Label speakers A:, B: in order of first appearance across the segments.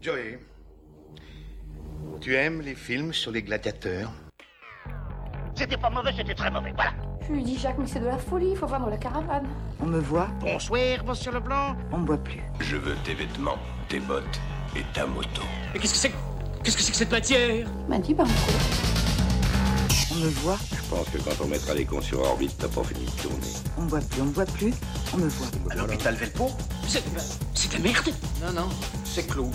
A: Joey, tu aimes les films sur les gladiateurs
B: C'était pas mauvais, c'était très mauvais, voilà.
C: Je lui dis, Jacques, mais c'est de la folie, il faut vendre la caravane.
D: On me voit,
B: Bonsoir, monsieur Leblanc.
D: on me voit plus.
E: Je veux tes vêtements, tes bottes et ta moto.
F: Mais qu'est-ce que c'est que- Qu'est-ce que c'est que cette matière
C: Il m'a dit, ben, on
D: On me voit,
E: Je pense que quand on mettra les cons sur orbite, t'as pas fini de tourner.
D: on me voit plus, on me voit plus, on me voit.
A: À l'hôpital Velpo
F: C'est c'est de la merde
G: Non, non, c'est Cloug.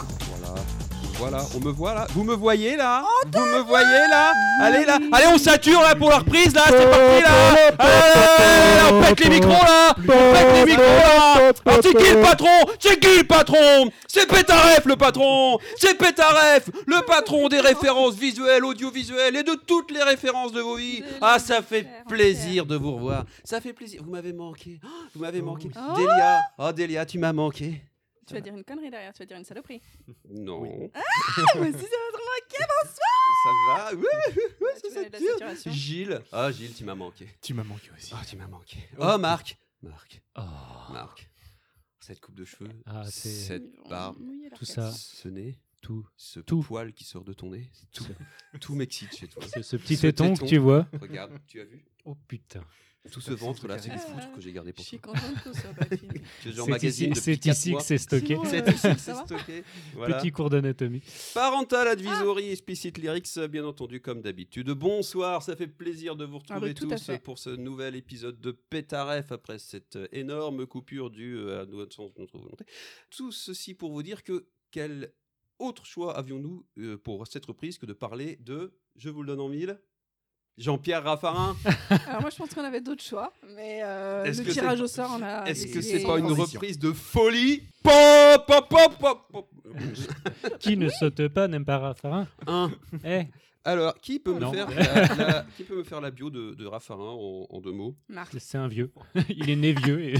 H: Voilà, on me voit là. Vous me voyez là Vous me voyez là Allez là Allez, on sature là pour la reprise là C'est parti là Allez, On pète les micros là On pète les micros là Alors c'est qui le patron C'est qui le patron C'est Pétaref le patron C'est Pétaref Le patron des références visuelles, audiovisuelles et de toutes les références de vos vies Ah, ça fait plaisir de vous revoir Ça fait plaisir Vous m'avez manqué Oh, Vous m'avez manqué
I: oui.
H: Delia Oh Delia, tu m'as manqué
I: Tu vas dire une connerie derrière, tu vas dire une saloperie.
H: Non.
J: Oh.
I: Ah, moi aussi, ça va te manquer,
H: Ça va Ouais, ouais,
I: Tu
H: ça
I: connais la
H: dure.
I: saturation.
H: Gilles, ah Gilles, tu m'as manqué.
J: Tu m'as manqué aussi.
H: Ah, tu m'as manqué. Oh Marc, Marc,
J: Oh,
H: Marc. Cette coupe de cheveux,
J: Ah, c'est-
H: cette
I: Ils vont
H: barbe,
I: mouiller leur
J: tout
I: tête.
J: ça.
H: ce nez,
J: tout.
H: ce
J: Tout.
H: poil qui sort de ton nez, tout, tout m'excite chez toi.
J: Ce, ce petit
H: Ce
J: téton
H: téton.
J: que tu vois.
H: Regarde, tu as vu
J: Oh putain.
H: tout ce ventre là, c'est des
I: carré.
H: foutres que j'ai gardé
I: Je
H: pour toi.
I: suis contente que ce soit pas le film.
H: Que j'ai
J: C'est
H: emmagasiné
J: ici,
H: depuis
J: c'est
H: quatre
J: ici
H: mois.
J: que c'est stocké.
I: Sinon, euh,
H: C'est ici que
I: ça
H: c'est
I: va
H: stocké. Voilà.
J: Petit cours d'anatomie.
H: Parental
I: Ah.
H: advisory, explicit lyrics, bien entendu, comme d'habitude. Bonsoir, ça fait plaisir de vous retrouver
I: Ah bah, tout à
H: tous
I: fait.
H: pour ce nouvel épisode de Pétaref après cette euh, énorme coupure due euh, à notre, notre volonté. Tout ceci pour vous dire que quel autre choix avions-nous euh, pour cette reprise que de parler de, je vous le donne en mille, Jean-Pierre Raffarin
I: Alors, moi, je pense qu'on avait d'autres choix, mais euh,
H: Est-ce
I: le
H: que
I: tirage
H: c'est-
I: au sort, on a.
H: Est-ce que
I: décidé-
H: c'est pas une
G: Transition.
H: reprise de folie Pop, pop, pop, pop, pop.
J: Qui ne saute pas n'aime pas Raffarin.
H: Un.
J: Eh,
H: Alors, qui peut, me
J: Non.
H: faire la, la- qui peut me faire la bio de, de Raffarin en- en deux mots
I: Marc.
J: c'est un vieux. Il est né vieux. et-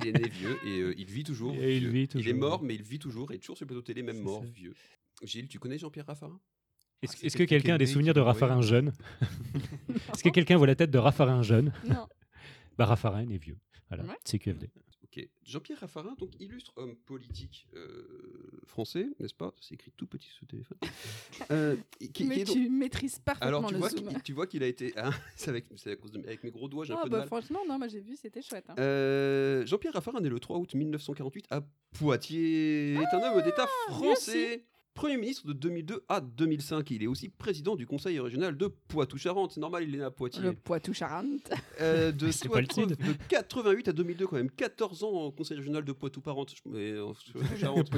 H: Il est né vieux et euh, il vit toujours.
J: Et il
H: vieux.
J: vit
H: Il est
J: toujours.
H: mort, mais il vit toujours et toujours sur le plateau télé, même
J: C'est
H: mort,
J: ça.
H: vieux. Gilles, tu connais Jean-Pierre Raffarin
J: Est-ce
H: Ah, c'est
J: est-ce que
H: quelqu'un qui
J: quelqu'un a
H: est
J: des
H: né,
J: souvenirs
H: qui
J: de
H: est mort.
J: Raffarin jeune Est-ce que quelqu'un voit la tête de Raffarin jeune
I: Non.
J: Bah, Raffarin est vieux. Voilà,
I: Ouais.
J: CQFD.
H: Ok. Jean-Pierre Raffarin, donc illustre homme politique euh, français, n'est-ce pas C'est écrit tout petit sous téléphone. Euh, et qui- qui
I: mais
H: est donc-
I: tu maîtrises parfaitement
H: Alors tu
I: le
H: vois,
I: zoom.
H: qu'il- tu vois qu'il a été. hein, c'est avec, c'est à cause de- avec mes gros doigts, j'ai un
I: Ah,
H: peu de
I: bah,
H: mal.
I: franchement, non, moi, j'ai vu, c'était chouette. hein.
H: Euh, Jean-Pierre Raffarin est né le 3 août 1948 à Poitiers. est un homme d'État français. Premier ministre de 2002 à 2005. Il est aussi président du conseil régional de Poitou-Charentes. C'est normal, il est né à Poitiers.
I: Le Poitou-Charentes.
H: Euh, de,
J: C'est pas le
H: 60
J: Cid.
H: de 88 à 2002 quand même. 14 ans au conseil régional de Poitou-Charentes. Mais, euh, Charentes.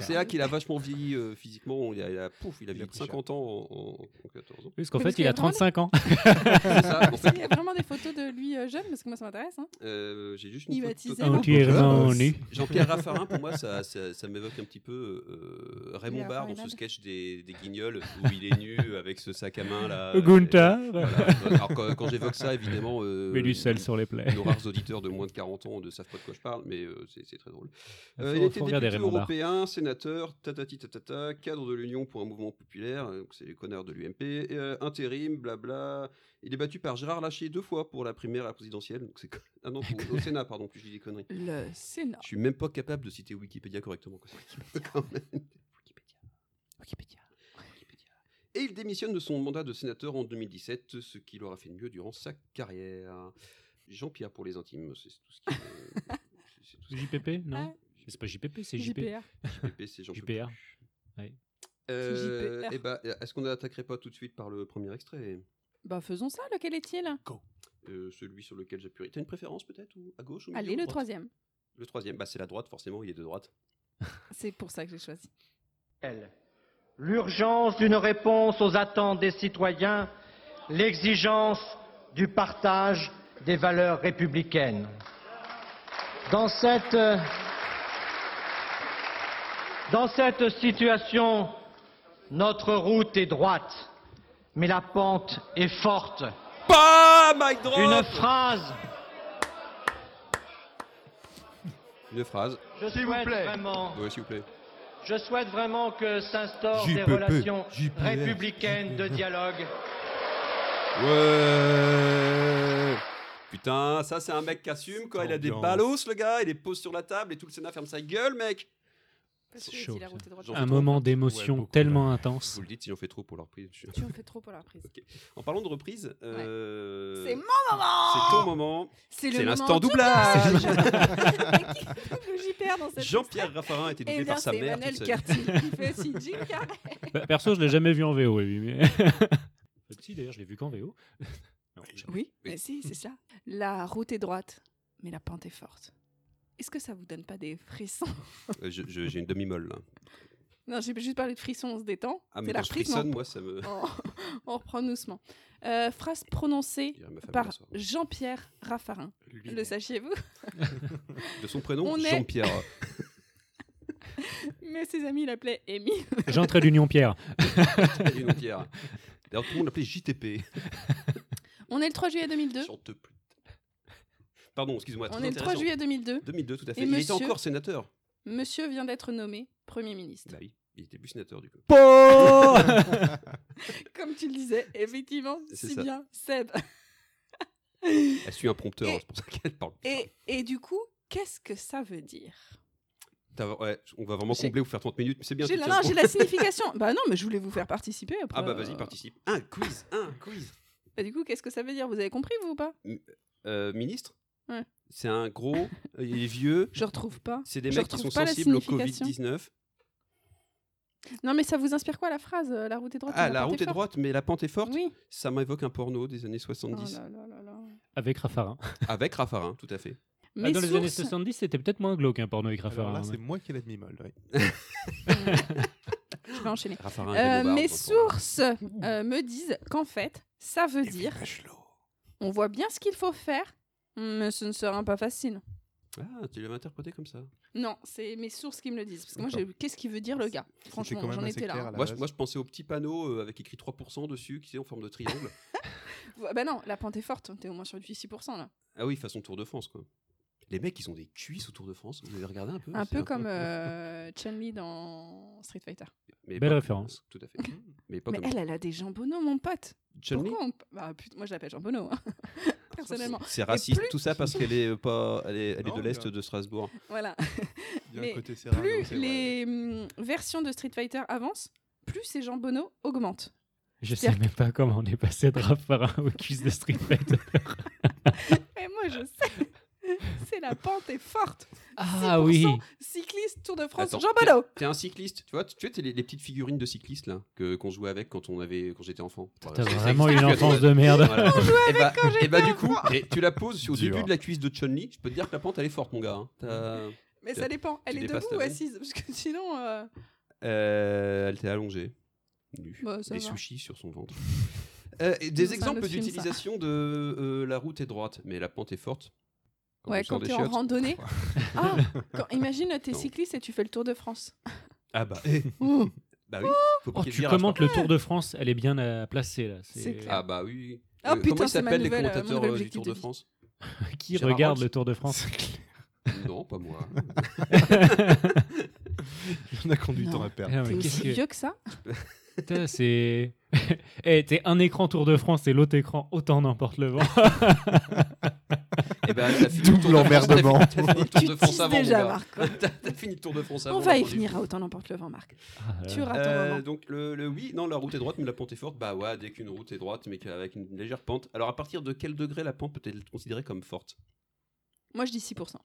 H: C'est là qu'il a vachement vieilli euh, physiquement. Il a, il a- pouf, il a
G: Il a
H: vite
G: pris
H: 50 ans en, en- en 14 ans.
J: Parce qu'en
I: Mais
J: fait,
I: parce qu'il
J: il
I: y
J: a
I: a vraiment
J: 35 ans.
H: C'est ça. en fait.
I: Il y a vraiment des photos de lui euh, jeune, parce que moi, ça m'intéresse. hein.
H: Euh, J'ai juste
I: Il
H: une
I: va
H: photo-
I: teaser. Ah,
J: tu es vraiment nu.
H: Euh, Jean-Pierre Raffarin, pour moi, ça, ça, ça m'évoque un petit peu euh, Raymond
I: La
H: Barre dans ce
I: Raffarinade.
H: sketch des, des Guignols où il est nu avec ce sac à main là.
J: Euh, Gunther.
H: Et voilà. Alors quand, quand j'évoque ça, évidemment. euh,
J: Mais du sel sur les plaies.
H: Nos rares auditeurs de moins de 40 ans ne savent pas de quoi je parle, mais euh, c'est c'est très drôle.
J: Faut-
H: Euh, il était
J: faut regarder
H: député
J: Raymond Barre.
H: européen, sénateur, tatati tatata, cadre de l'Union pour un mouvement populaire, euh, c'est les connards de l'UMP, et, euh, intérim, blabla. Il est battu par Gérard Larcher deux fois pour la primaire et la présidentielle, donc c'est ah non, pour- au Sénat, pardon, plus je dis des conneries.
I: Le Sénat.
H: Je suis même pas capable de citer Wikipédia correctement. quoi. Quand même. Wikipédia. Wikipédia. Wikipédia. Et il démissionne de son mandat de sénateur en 2017, ce qu'il aura fait de mieux durant sa carrière. Jean-Pierre pour les intimes, c'est tout ce qui est- c'est tout ce qui est.
J: JPP Non
I: Ah.
J: Mais C'est pas JPP, c'est JP.
I: JPR.
H: JPP, c'est Jean-Pierre.
J: JPR.
H: Euh,
I: JPR.
H: eh ben, est-ce qu'on n'attaquerait pas tout de suite par le premier extrait
I: Bah, faisons ça, lequel est-il
H: Euh, Celui sur lequel j'appuierai. T'as une préférence peut-être ou À gauche ou au milieu,
I: Allez,
H: ou
I: le
H: droite
I: troisième.
H: Le troisième, bah, c'est la droite, forcément, il est de droite.
I: C'est pour ça que j'ai choisi.
B: L'urgence d'une réponse aux attentes des citoyens, l'exigence du partage des valeurs républicaines. Dans cette, euh, dans cette situation, notre route est droite, mais la pente est forte.
H: Pas Mike Drop
B: Une phrase,
H: Une phrase.
B: je souhaite vraiment
H: Oui, s'il vous plaît.
B: Je souhaite vraiment que s'instaurent des
J: JPP,
B: relations
J: JPR.
B: républicaines de dialogue.
H: Ouais. Putain, ça c'est un mec qui assume quoi. Il a des
J: Ambiance.
H: ballos, le gars. Il les pose sur la table et tout le Sénat ferme sa gueule, mec.
I: Parce
J: C'est
I: que
J: chaud,
I: il a
J: ça.
I: routé droit.
J: Un moment d'émotion
H: hein. Ouais, beaucoup,
J: tellement
H: ouais.
J: intense.
H: Vous le dites, ils ont fait trop pour leur prise. je-
I: Ah, Tu en fais trop pour la reprise.
H: En parlant de reprise, euh,
K: C'est mon
H: c'est ton moment.
I: le
H: C'est
I: moment
H: l'instant
I: du
H: doublage.
I: double que J'y perds dans cette
H: Jean-Pierre Raffarin a été
I: Et
H: doublé
I: Eh bien,
H: par sa
I: c'est
H: mère.
I: Emmanuel
H: toute sa vie.
I: Cartier qui fait aussi Jim Carrey.
J: Bah, perso, je l'ai jamais vu en VO, oui, mais. Euh, si, d'ailleurs, je l'ai vu qu'en VO. Non, j'ai-
I: Oui, mais si, c'est ça. La route est droite, mais la pente est forte. Est-ce que ça vous donne pas des frissons
H: Euh, je- je- J'ai une demi-molle là.
I: Non, j'ai juste parlé de frissons, on se détend.
H: Ah,
I: c'est
H: mais
I: la
H: quand je
I: reprise, mais on-
H: frissonne, moi, ça me.
I: on, on reprend doucement. Euh, phrase prononcée
H: dirait ma femme
I: par
H: hier soir.
I: Jean-Pierre Raffarin. Le sachiez-vous
H: De son prénom,
I: On est-
H: Jean-Pierre.
I: Mais ses amis l'appelaient Amy.
J: J'entrais l'Union Pierre.
H: Salut, non, Pierre. D'ailleurs, tout le monde l'appelait JTP.
I: On est le 3 juillet 2002.
H: Chante plus. Pardon, excuse-moi.
I: On
H: très
I: est le 3
H: intéressant.
I: juillet 2002.
H: 2002, tout à fait.
I: Et
H: il était
I: monsieur-
H: encore sénateur.
I: Monsieur vient d'être nommé Premier ministre.
H: Bah oui, il était plus sénateur du coup.
I: Comme tu le disais, effectivement,
H: C'est
I: si
H: ça.
I: bien Seb.
H: Elle suit un prompteur, hein,
I: Et-
H: c'est pour ça qu'elle parle.
I: Et, et du coup, qu'est-ce que ça veut dire
H: T'as- ouais, on va vraiment
I: J'ai-
H: combler ou faire 30 minutes, mais c'est bien.
I: J'ai
H: tu
I: la,
H: tiens
I: non,
H: bon.
I: j'ai la signification. bah non, mais je voulais vous faire participer. Après.
H: Ah bah vas-y,
I: euh,
H: participe. Un quiz, un quiz.
I: Bah du coup, qu'est-ce que ça veut dire Vous avez compris, vous ou pas
H: Euh, ministre
I: Ouais.
H: C'est un gros, il est vieux,
I: Je retrouve pas.
H: c'est des
I: Je
H: mecs qui
I: retrouve
H: sont
I: pas la
H: sensibles au
I: signification.
H: Covid-19.
I: Non, mais ça vous inspire quoi la phrase euh, La route est droite.
H: Ah,
I: mais
H: la route est
I: forte
H: droite, mais la pente est forte.
I: Oui.
H: Ça m'évoque un porno des années
I: Oh
H: 70.
I: là là là là.
J: Avec hein. Raffarin.
H: Avec Raffarin, tout à fait.
J: Bah,
I: Mes
J: Ah, dans les années
I: sources-
J: 70, c'était peut-être moins glauque un porno avec Raffarin. hein.
L: moi qui ai la demi-molle.
I: Je vais enchaîner.
H: Raffarin. Renaud
I: Euh,
H: Ah, Barbe,
I: mes
H: enfin.
I: sources euh, me disent qu'en fait, ça veut dire on voit bien ce qu'il faut faire, mais ce ne sera pas facile.
H: Ah, tu l'avais interprété comme ça.
I: Non, c'est mes sources qui me le disent. Parce que moi,
L: D'accord.
I: j'ai- qu'est-ce qu'il veut dire le gars Franchement, j'en étais là. hein.
H: Moi je, moi, je pensais au petit panneau euh, avec écrit 3% dessus, qui est en forme de triangle.
I: Ouais, Bah non, la pente est forte. T'es au moins sur du 6% là.
H: ah oui, façon Tour de France, quoi. Les mecs, ils ont des cuisses au Tour de France. Vous avez regardé un peu
I: Un
H: C'est
I: peu comme euh, Chun-Li dans Street Fighter.
H: Mais
J: Belle
H: pas-
J: référence.
H: Tout à fait. Mais pas
I: Mais
H: comme
I: elle, elle a des jambonneaux, mon pote.
H: Chun-Li. Ah,
I: Pourquoi on... Bah, putain, moi, je l'appelle jambonneau. hein. Personnellement.
H: C'est raciste
I: plus- euh,
H: tout ça parce qu'elle est euh, pas, elle est, elle est
L: Non,
H: de
L: mais-
H: l'est de Strasbourg.
I: Voilà.
L: Il y a
I: mais
L: un côté serrano,
I: Plus
L: c'est vrai.
I: les hum, versions de Street Fighter avancent, plus ces jambonneaux augmentent.
J: Je sais même pas comment on est passé de Raffarin aux cuisses de Street Fighter.
I: Mais moi, je sais. C'est la pente est forte.
J: Ah
I: 6%,
J: oui
I: Cycliste, Tour de France,
H: Attends,
I: jambonneau.
H: T'es un cycliste, tu vois, tu tu sais, t'es les, les petites figurines de cyclistes là que qu'on jouait avec quand on avait, quand j'étais enfant.
J: T'as
H: Voilà, ça- ça
J: vraiment
H: existe
J: une
H: plus à tout
J: enfance
H: le-
J: de merde.
H: Voilà. et bah, et bah, du coup, et tu la poses au
J: Dur.
H: début de la cuisse de Chun-Li. Je peux te dire que la pente elle est forte, mon gars. hein. T'as-
J: Euh,
I: Mais ça dépend. Elle est
H: dépasses
I: debout
H: ta
I: ou
H: veine.
I: assise Parce que sinon. euh,
H: Euh, elle t'est allongée, nue.
I: Bah, ça
H: des
I: va.
H: sushis sur son ventre. Euh, et des
I: C'est un
H: exemples
I: autre film, ça.
H: d'utilisation de euh, la route est droite, mais la pente est forte. Quand
I: Ouais,
H: on sort
I: quand
H: des
I: t'es en
H: chiottes.
I: randonnée. Ah, quand- imagine, t'es
H: Non.
I: cycliste et tu fais le Tour de France.
H: Ah bah, eh,
I: Ouh.
H: bah oui. Faut pas
J: Oh,
H: qu'il
J: tu
H: vire,
J: commentes le Tour de France, elle est bien euh, placée là.
I: C'est
J: C'est
I: clair.
H: Ah bah oui.
I: Ah,
H: Euh,
I: putain,
H: comment ils
I: c'est ma
H: s'appellent les
I: nouvelle, euh, mon
H: commentateurs
I: nouvel
H: euh, du
I: objectif
H: Tour
I: de
H: de
I: vie.
H: France
J: euh, qui
H: Gérard
J: regarde
H: Rolls.
J: le Tour de France
H: Non, pas moi.
L: On a conduit
I: Non.
L: temps à perdre.
J: Ah,
I: T'es
J: mais qu'est-ce
I: aussi
J: que-
I: vieux que ça
J: Putain, c'est. Eh, t'es un écran Tour de France et l'autre écran autant n'emporte le vent.
H: Et ben, t'as fini le
L: Double
H: Tour de France,
L: emmerdement.
H: t'as fini- T'as fini le Tour de
I: Tu
H: France
I: teases
H: avant. mon
I: déjà,
H: gars.
I: Marc.
H: T'as t'as fini le Tour de France avant.
I: On va y
H: entendu.
I: venir à Autant l'emporte le vent, Marc.
J: Ah, là,
I: Tu
J: là.
I: auras ton
H: Euh,
I: moment.
H: donc le, le- oui, non, la route est droite, mais la pente est forte. Bah ouais, dès qu'une route est droite, mais qu'avec une légère pente. Alors à partir de quel degré la pente peut être considérée comme forte
I: Moi, je dis 6%.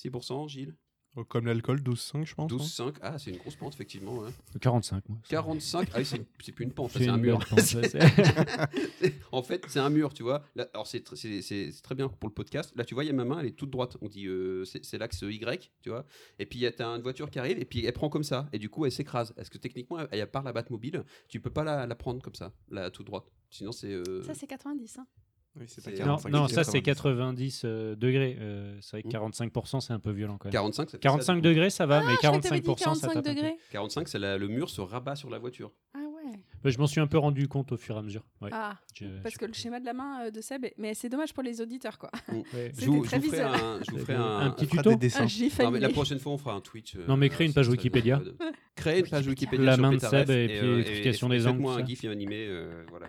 H: 6%, Gilles
L: Oh, Comme l'alcool, 12,5 je pense.
H: 12, 5. Ah, c'est une grosse pente, effectivement. ouais.
J: 45, Euh, moi.
H: 45. Ah, oui, c'est c'est plus une pente,
J: C'est
H: c'est un
J: une
H: mur.
J: bonne pente, ça,
H: C'est- en fait, c'est un mur, tu vois. Là, alors, c'est tr- c'est- c'est c'est très bien pour le podcast. Là, tu vois, il y a ma main, elle est toute droite. On dit, euh, c'est c'est l'axe Y, tu vois. Et puis, il y a t'as une voiture qui arrive et puis elle prend comme ça. Et du coup, elle s'écrase. Est-ce que techniquement, elle, à part la Batmobile, tu peux pas la, la prendre comme ça, la toute droite Sinon, c'est. euh,
I: Ça, c'est 90. hein.
L: Oui, c'est
H: C'est-
L: pas
J: Non,
L: 45,
J: non, ça c'est
L: 90.
J: 90 euh, degrés. Euh, c'est vrai que
H: Mmh.
J: 45% c'est un peu violent quand même.
H: 45, ça fait ça,
J: 45
H: du coup.
J: degrés ça va, mais
I: Ah, je croyais que t'avais
J: 45%,
I: dit
J: ça
I: 45
J: tape. un peu.
I: degrés.
H: 45, c'est la- le mur se rabat sur la voiture.
I: Ah ouais.
J: Mais Je m'en suis un peu rendu compte au fur et à mesure. Ouais.
I: Ah,
J: Je-
I: parce
J: je-
I: que le schéma de la main euh, de Seb, est- mais c'est dommage pour les auditeurs, quoi.
J: Ouais.
I: C'était
H: Je vous, je
I: très
H: vous ferai
I: bizarre.
H: un, je vous
J: Euh,
H: ferai
J: un
H: un,
J: petit
L: Fera
J: tuto.
L: des dessins.
I: Un gif
H: Non, mais la
I: animé.
H: prochaine fois, on fera un Twitch. euh,
J: Non, mais crée une
H: c'est
J: page
H: très
J: Wikipédia.
H: bien. Créer une page euh, Wikipédia.
J: La
H: sur
J: main de
H: Pétaref
J: Seb et puis
H: euh,
J: explication des angles,
H: Faites-moi
J: tout
H: un
J: ça.
H: gif et animé. euh, voilà.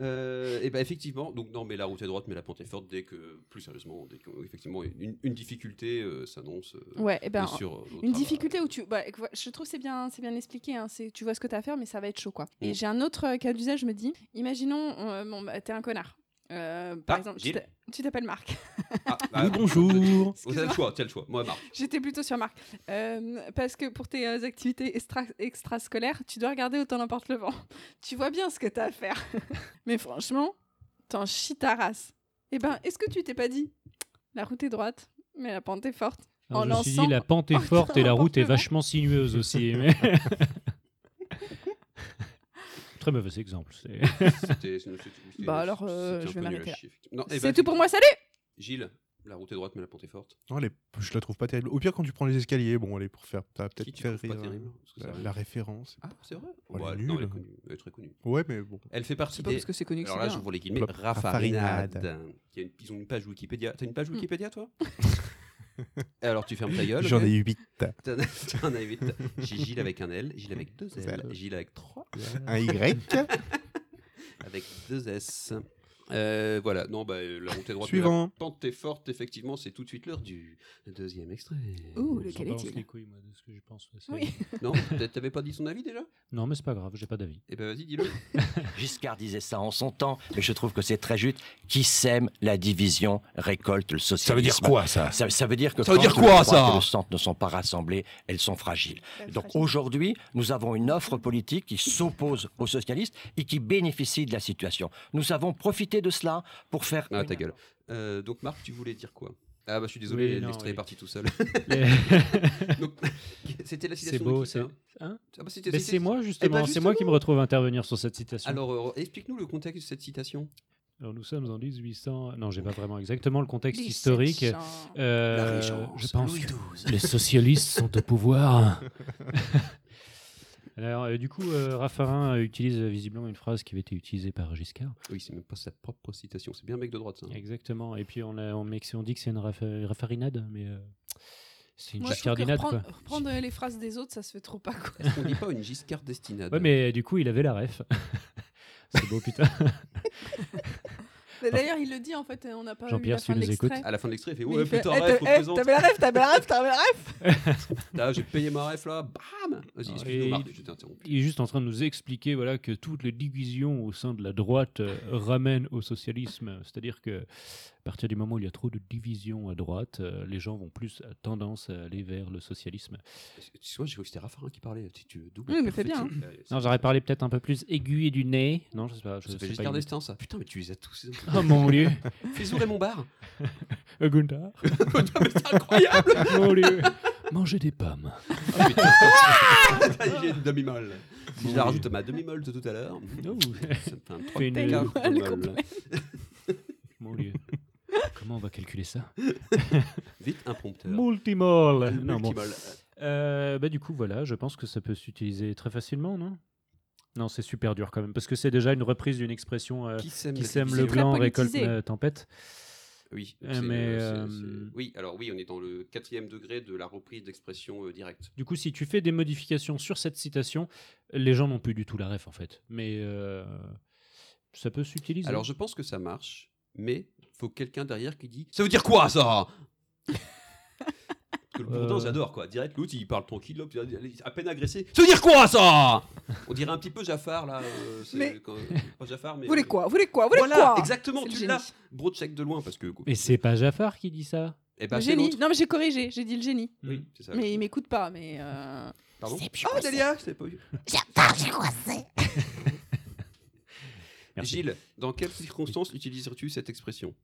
H: Euh, et ben effectivement, donc non, mais la route est droite, mais la pente est forte dès que, plus sérieusement, dès qu'effectivement une, une difficulté euh, s'annonce. euh,
I: Ouais, eh ben,
H: sur, euh,
I: une
H: notre-
I: difficulté où tu. bah, écou- je trouve que c'est bien, c'est bien expliqué. hein, c'est- tu vois ce que tu as à faire, mais ça va être chaud, quoi.
H: Mm.
I: Et j'ai un autre euh, cas d'usage. Je me dis, imaginons, euh, bon, bah, t'es un connard. Euh, par
H: Ah,
I: exemple, tu
H: Gilles.
I: t'a- tu t'appelles Marc.
H: Ah,
J: bonjour.
H: Vous avez le choix, t'as le choix. Moi, Marc.
I: J'étais plutôt sur Marc. Euh, parce que pour tes euh, activités extra- extrascolaires, tu dois regarder autant n'importe le vent. Tu vois bien ce que t'as à faire. Mais franchement, t'en chies ta race. Eh ben, est-ce que tu t'es pas dit La route est droite, mais la pente est forte.
J: Alors,
I: En
J: je me suis dit,
I: lançant-
J: la pente est
I: en
J: forte et la route est
I: emportement.
J: vachement sinueuse aussi. mais- Très mauvais exemple. c'est-
H: C'était- c'était- c'était-
I: Bah alors,
H: c'était un
I: euh, je vais
H: peu nul à
I: m'arrêter là.
H: chier, effectivement. Non, eh
I: C'est
H: ben,
I: tout pour moi, salut
H: Gilles, la route est droite, mais la pente est forte.
L: Non, elle est- je la trouve pas terrible. Au pire, quand tu prends les escaliers, bon, allez, pour faire. Ça va
H: Qui
L: peut-être
H: tu
L: faire
H: trouves pas
L: rire, euh,
H: terrible Parce que ça
L: la,
H: va.
L: la référence.
H: Ah, c'est vrai
L: Oh, elle est
H: Ouais,
L: nulle.
H: non, elle est connue. Elle est très connue.
L: Ouais, mais bon.
H: Elle fait partie
L: C'est pas
H: des-
L: parce que c'est connu que
H: Alors
L: c'est
H: là,
L: bien.
H: je vous les guillemets.
L: Plop.
H: Raffarinade.
L: Raffarinade.
H: Qui a une, ils ont une page Wikipédia. T'as une
L: Mm.
H: page Wikipédia, toi Et Alors, tu fermes ta gueule.
L: J'en
H: ok
L: ai eu huit.
H: T'en as- t'en as huit. J'ai Gilles avec un L, Gilles avec deux L,
L: Zèle.
H: Gilles avec trois.
L: Un Y.
H: avec deux S. Euh, voilà, non, bah, euh, la route est droite. mais
L: Suivant.
H: La pente est forte, effectivement, c'est tout de suite l'heure du deuxième extrait.
I: Ouh,
J: Je
I: lequel
J: me balance
I: est-il
J: les couilles, moi, de ce que je pense. là, c'est-
I: Oui.
H: Non, t'a- t'avais pas dit son avis déjà
J: Non, mais c'est pas grave, j'ai pas d'avis.
H: Eh ben vas-y, dis-le.
M: Giscard disait ça en son temps, mais je trouve que c'est très juste. Qui sème la division récolte le socialisme.
H: Ça veut dire quoi, ça
M: ça, veut dire que
H: Ça veut
M: quand
H: dire
M: le
H: quoi,
M: droit
H: ça
M: et le centre ne sont pas rassemblés, elles sont fragiles.
L: hein.
M: Donc aujourd'hui, nous avons une offre politique qui s'oppose aux socialistes et qui bénéficie de la situation. Nous avons profité de cela pour faire.
H: Ah, ta gueule. Euh, donc, Marc, tu voulais dire quoi Ah, bah, je suis désolé,
J: Oui, non,
H: l'extrait
J: oui.
H: est parti tout seul.
J: Mais-
H: Donc, c'était la citation.
J: C'est beau,
H: de qui,
J: c'est.
H: ça
J: Hein
H: Ah bah, c'était-
J: Mais
H: c'était-
J: c'est moi,
H: Eh ben,
J: justement. C'est moi qui me
H: justement.
J: retrouve à intervenir sur cette citation.
H: Alors, euh, explique-nous le contexte de cette citation.
J: Alors, nous sommes en 1800. Non, j'ai pas vraiment exactement le contexte
H: 1700.
J: historique. Euh,
H: La Régence,
J: je pense
H: Louis
J: que
H: XII.
J: les socialistes sont au pouvoir. Alors, euh, du coup, euh, Raffarin utilise euh, visiblement une phrase qui avait été utilisée par Giscard.
H: Oui, c'est même pas sa propre citation. C'est bien un mec de droite, ça.
J: Exactement. Et puis, on, a- on, met- on dit que c'est une raffa- raffarinade, mais euh, c'est une
I: Moi, je trouve que
J: giscardinade, quoi.
I: reprendre, reprendre les phrases des autres, ça se fait trop pas quoi.
H: On dit pas une Giscard destinade.
J: Ouais, mais euh, du coup, il avait la ref. c'est beau, putain.
I: Mais D'ailleurs, il le dit en fait, euh, on n'a pas eu
J: Jean-Pierre,
I: la fin
J: tu
I: de
J: nous écoutes
I: l'extrait.
H: À la fin de l'extrait, il fait
I: Oui,
H: Ouais,
I: il fait,
H: putain,
I: Eh,
H: ref,
I: t'as- eh,
H: représente.
I: T'avais la ref, t'avais la ref, t'avais la ref
H: Là, j'ai payé ma ref, là. Bam Vas-y,
J: Et
H: excuse-nous, Marc,
J: il-
H: je t'ai interrompu.
J: Il est juste en train de nous expliquer voilà, que toutes les divisions au sein de la droite euh, ramènent au socialisme. C'est-à-dire que à partir du moment où il y a trop de divisions à droite, euh, les gens vont plus euh, tendance à aller vers le socialisme.
H: Tu vois, j'ai cru que c'était Raffarin qui parlait. Tu, tu double.
I: Oui, mais fais
H: perfection.
I: bien, hein.
H: Euh,
J: Non, j'aurais parlé peut-être un peu plus aiguillé du nez. Non, je sais pas. Je
H: Ça
J: sais
H: fait
J: pas
H: Giscard
J: imiter.
H: d'Estaing, ça. Putain, mais tu les as tous.
J: Oh mon dieu.
H: Fais-nous Raymond Barre.
J: Euh, Gunther.
H: Putain, mais c'est incroyable
J: Mon dieu. Mangez des pommes.
H: Ah, putain. Ça y est, J'ai une demi-molle. Si Ah je la rajoute à ma demi-molle de tout à l'heure, ça me fait un
J: Oh. Fais une-
H: 3
J: Demi-molle
H: molle.
J: Mon dieu. Comment on va calculer ça
H: Vite, un prompteur.
J: Multimol. Non, bon.
H: Multimol.
J: Euh, bah, du coup, voilà, je pense que ça peut s'utiliser très facilement, non Non, c'est super dur quand même, parce que c'est déjà une reprise d'une expression euh,
H: Qui sème
J: qui
H: la
J: sème le
H: division
J: blanc
H: Très
J: récolte
H: politisé.
J: la tempête.
H: Oui,
J: Euh,
H: c'est-
J: mais
H: c'est-
J: euh,
H: c'est- oui, alors oui, on est dans le quatrième degré de la reprise d'expression euh, directe.
J: du coup, si tu fais des modifications sur cette citation, les gens n'ont plus du tout la ref en fait. Mais euh, ça peut s'utiliser.
H: Alors je pense que ça marche, mais faut quelqu'un derrière qui dit Ça veut dire quoi ça Parce Que le bourdin,
J: Euh.
H: j'adore quoi. Direct, l'autre il parle tranquille, hop, il est à peine agressé. Ça veut dire quoi ça On dirait un petit peu Jafar là. euh, c'est
I: Mais-
H: quand- pas Jafar, mais.
I: Vous voulez quoi Vous voulez quoi Vous voulez
H: Voilà,
I: quoi
H: exactement,
I: C'est le
H: tu
I: génie.
H: l'as. Bro, check de loin parce que.
J: Mais c'est pas Jafar qui dit ça.
H: Eh
I: Le
H: ben, c'est
I: génie.
H: l'autre. Euh,
I: Non, mais j'ai corrigé, j'ai dit le génie.
H: Oui, c'est ça.
I: Mais il m'écoute pas, mais. euh,
H: Pardon
I: c'est plus
H: Ah,
I: possible.
H: Delia, je t'avais pas eu.
I: Jafar, j'ai coincé
H: Gilles, dans quelles circonstances utiliseras-tu cette expression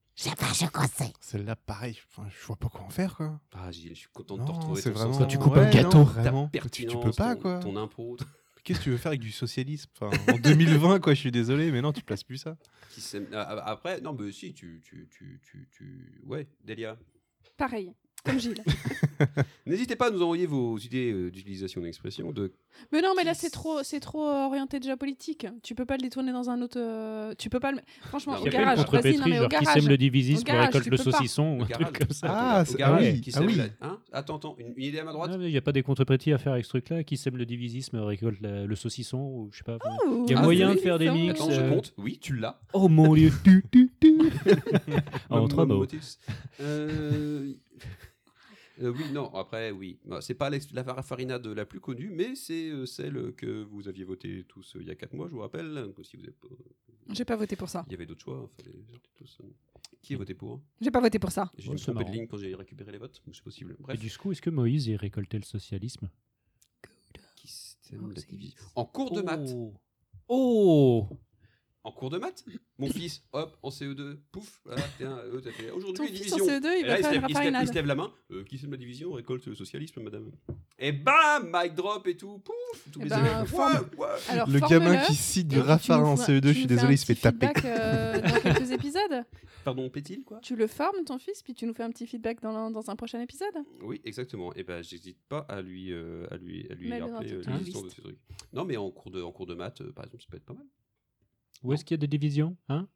L: Celle-là, pareil. Enfin, je vois pas comment faire, quoi.
H: Ah, Gilles, je suis content de
L: Non,
H: te retrouver.
L: c'est
H: ton
L: vraiment-
H: sens.
L: Quand tu coupes un Ouais, gâteau. non,
H: Ta
L: vraiment. Tu- tu
H: pertinence,
L: peux pas,
H: ton-
L: quoi.
H: Ton impro, ton-
L: Qu'est-ce que tu veux faire avec du socialisme Enfin, En 2020, quoi, je suis désolé, mais non, tu places plus ça.
H: qui euh, s'aime- Ah, ah, Après, non, mais si, tu. tu, tu, tu, tu... Ouais, Delia.
I: Pareil. comme Gilles.
H: N'hésitez pas à nous envoyer vos idées euh, d'utilisation d'expression. De...
I: Mais non, mais là c'est trop, c'est trop euh, orienté déjà politique. Tu peux pas le détourner dans un autre. euh, Tu peux pas le. Franchement,
J: Il
I: au
J: y a pas une
I: garage. Vas-y, non,
J: contre-pétrie,
I: mais au
J: genre qui
I: garage.
J: sème le
I: Au
J: divisisme
I: garage,
J: récolte
I: tu
J: le
I: peux pas.
J: saucisson,
H: Au
J: un
H: garage.
J: truc comme ça.
L: Ah,
H: Au
L: c'est-
H: garage,
L: ah oui,
H: qui
L: ah
H: sème
L: oui.
H: la- hein attends, attends, une, une idée à ma droite
J: Il n'y a pas des contre-pétries à faire avec ce truc-là Qui sème le divisisme récolte la- le saucisson ou je sais pas.
I: Ouh.
J: Il y a
H: Ah,
J: moyen
H: c'est
J: de faire des
I: intéressant.
J: mix.
H: Attends, je
J: euh,
H: compte. Oui, tu l'as.
J: Oh mon dieu tu, tu, tu. En
H: Mom-
J: trois mots.
H: Momotus. Euh, euh, oui, non, après, oui. Bah, C'est pas l'ex- la far- farinade la plus connue, mais c'est euh, celle que vous aviez votée tous euh, il y a 4 mois, je vous rappelle. Donc, si vous avez pas-
I: J'ai pas voté pour ça.
H: Il y avait d'autres choix. fallait les sortir tous, euh. Qui a voté pour
I: J'ai pas voté pour ça.
H: J'ai dû
J: Ouais,
H: me
J: c'est
H: tromper de
J: marrant.
H: ligne quand j'ai récupéré les votes, mais c'est possible.
J: Et
H: Bref.
J: du coup, est-ce que Moïse y récoltait le socialisme
H: Qui
I: Ah,
H: sème la division En cours de maths.
J: Oh
H: En cours de maths Mon fils, hop, en CE2, pouf, voilà, t'es un- euh, t'as fait
I: Ton
H: aujourd'hui les
I: fils en
H: divisions.
I: CE2, E il
H: Et là, se
I: va faire une
H: lève, il se lève- il
I: raffarinade.
H: se lève la main. Euh, qui sème la division récolte le socialisme, madame Et bam Mic drop et tout, pouf Tous
I: Eh
H: les
I: ben,
H: élèves,
I: forme-
H: ouais, ouais.
I: Alors,
L: Le gamin
I: formule-le,
L: qui cite du
I: et puis tu
L: Raffarin
I: nous
L: en
I: fais un-
L: CE2,
I: tu
L: je suis
I: nous fais un
L: désolé, il se
I: petit
L: fait taper.
I: feedback, euh, dans quelques épisodes.
H: Pardon, pétile, quoi
I: Tu le formes, ton fils, puis tu nous fais un petit feedback dans, l'un- dans un prochain épisode.
H: Oui, exactement. Et ben, j'hésite pas à lui, euh, à lui, à lui
I: Mais le
H: rappeler euh,
I: dans
J: tes
H: l'existence de ce truc. Non, mais en cours de, en cours de maths, euh, par exemple, ça peut être pas mal.
J: Où est-ce qu'il y a des divisions hein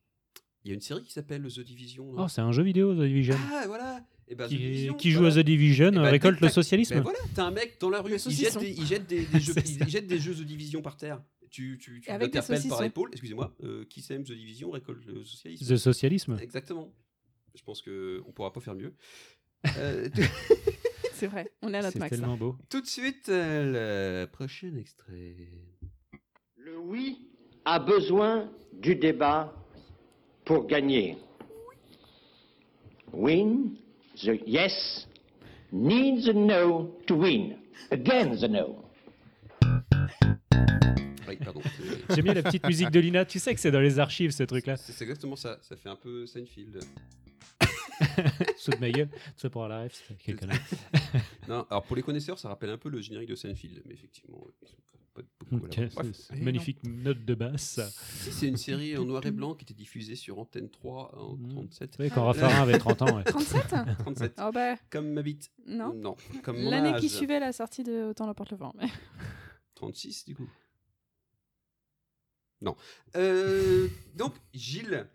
H: Il y a une série qui s'appelle The Division. non
J: Oh, c'est un jeu vidéo, The Division.
H: Ah, voilà Eh ben, The
J: qui,
H: Division,
J: qui joue
H: voilà.
J: à The Division
H: Eh ben,
J: récolte
H: tic-tac.
J: le socialisme.
H: Ben voilà, t'as un mec dans la rue, il jette
I: saucisson.
H: des, il jette des, des jeux, il jette des jeux The Division par terre. Tu, tu, tu
I: Et avec des
H: l'interpelles par
I: saucissons.
H: l'épaule, excusez-moi, euh, qui sème The Division récolte le socialisme.
J: The socialisme.
H: Exactement. Je pense que on pourra pas faire mieux. Euh, tout,
I: C'est vrai, on est à notre
J: C'est
I: max. là.
J: tellement beau.
H: tout de suite, euh, le prochain extrait.
B: Le oui a besoin du débat pour gagner. Win the yes needs a no to win. Again the no.
H: Oui, pardon. c'est-
J: J'aime bien la petite musique de Lina. Tu sais que c'est dans les archives, ce truc-là.
H: C'est c'est exactement ça. Ça fait un peu Seinfeld.
J: Saute ma gueule. Ça pour la ref, c'est quel connard.
H: Non, alors pour les connaisseurs, ça rappelle un peu le générique de Seinfeld, mais effectivement, ils sont pas beaucoup à
J: Ok,
H: l'avoir. Bref. Ah.
J: c'est- c'est une magnifique note de basse.
H: Si, c'est une série en noir et blanc qui était diffusée sur Antenne 3 en
J: Hmm.
H: 37.
J: Tu sais, quand Raffarin avait 30 ans, ouais.
I: 37
H: 37.
I: hein. Oh bah,
H: Comme ma bite.
I: non.
H: comme mon
I: L'année qui
H: âge.
I: suivait la sortie de Autant l'emporte le vent. mais-
H: 36, du coup. Non. Euh, donc, Gilles.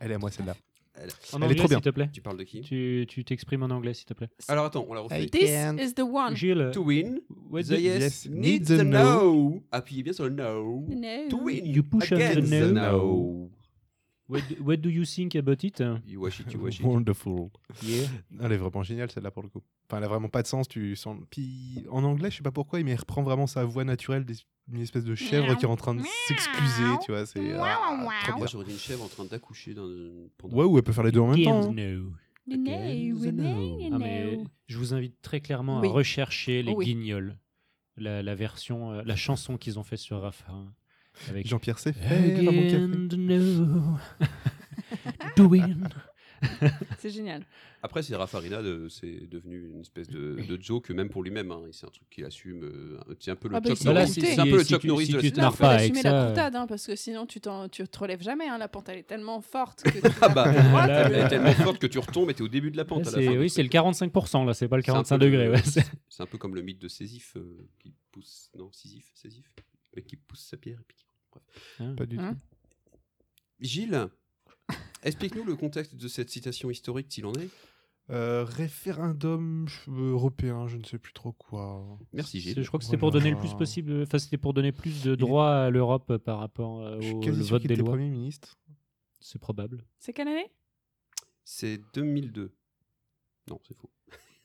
L: Elle est à moi celle-là.
H: Elle-
J: En
L: Elle est
J: anglais,
L: trop bien.
J: s'il te plaît.
H: Tu parles de qui
J: Tu Ah, tu t'exprimes en anglais, s'il te plaît.
H: Alors attends, on la refait.
L: Hey.
I: This
L: Can't.
I: is the one.
J: Gilles,
H: To win,
J: what
H: the
J: do-
H: yes,
L: yes
H: needs
L: needs
H: the
L: a no.
H: no. Appuyez bien sur le no.
I: No.
H: To win,
J: You push on the
H: against
J: no. what do- what do you think about it
H: You wash it, you wash it.
L: Wonderful.
J: Yeah.
L: Elle est vraiment géniale celle-là pour le coup. Enfin, elle a vraiment pas de sens. Tu sens. Puis en anglais, je sais pas pourquoi, mais elle reprend vraiment sa voix naturelle des- d'une espèce de chèvre qui est en train de s'excuser. Tu vois, c'est ah, trop
H: Moi,
L: bien.
H: j'aurais dit une chèvre en train d'accoucher dans une... pendant-
L: Ouais, ou elle peut faire les deux en même temps. hein.
J: No.
I: No, no, no.
J: Ah, mais je vous invite très clairement
I: Oui.
J: à rechercher les
I: Oui.
J: Guignols, la, la version, euh, la chanson qu'ils ont fait sur Raffarin. Avec
L: Jean-Pierre c'est dans mon café.
J: Again, no. Doing.
I: C'est génial.
H: Après, c'est Raffarinade, euh, c'est devenu une espèce de, de joke, même pour lui-même. hein. C'est un truc qu'il assume. euh, c'est un peu le
I: Ah bah, il
H: Chuck
I: s'est
H: Norris.
I: inventé.
H: C'est un peu le
J: Si
H: Chuck
J: tu-
H: Norris
J: si
H: de la
J: tu te
H: série.
I: Là,
J: marres
I: faut
J: pas avec
I: assumer la
J: ça.
I: courtade, hein, parce que sinon tu, t'en- tu te relèves jamais. hein. La pente, elle est tellement forte. Que
H: Ah bah,
J: Là,
H: elle est
J: là.
H: tellement forte que tu retombes et t'es au début de la pente.
J: Là,
H: à la
J: c'est-
H: fin.
J: oui, c'est le 45%, là, c'est pas le
H: C'est un
J: 45
H: peu le-
J: degrés. ouais, c'est-
H: C'est un peu comme le mythe de Sésif euh, qui pousse. Non, Sésif, Sésif. Le mec qui pousse sa pierre et puis qui- Bref.
L: Pas du tout.
I: Hein
H: Gilles, explique-nous le contexte de cette citation historique, s'il en est.
L: Euh, référendum je- européen, je ne sais plus trop quoi.
H: Merci, Gilles.
J: Je crois que c'était pour
L: Voilà.
J: donner le plus possible, enfin c'était pour donner plus de droits à l'Europe par rapport euh,
L: Je suis
J: au
L: quasi
J: le
L: sûr
J: vote
L: qu'il
J: des
L: était
J: lois.
L: Premier ministre.
J: C'est probable.
I: C'est quelle année
H: C'est 2002. Non, c'est faux.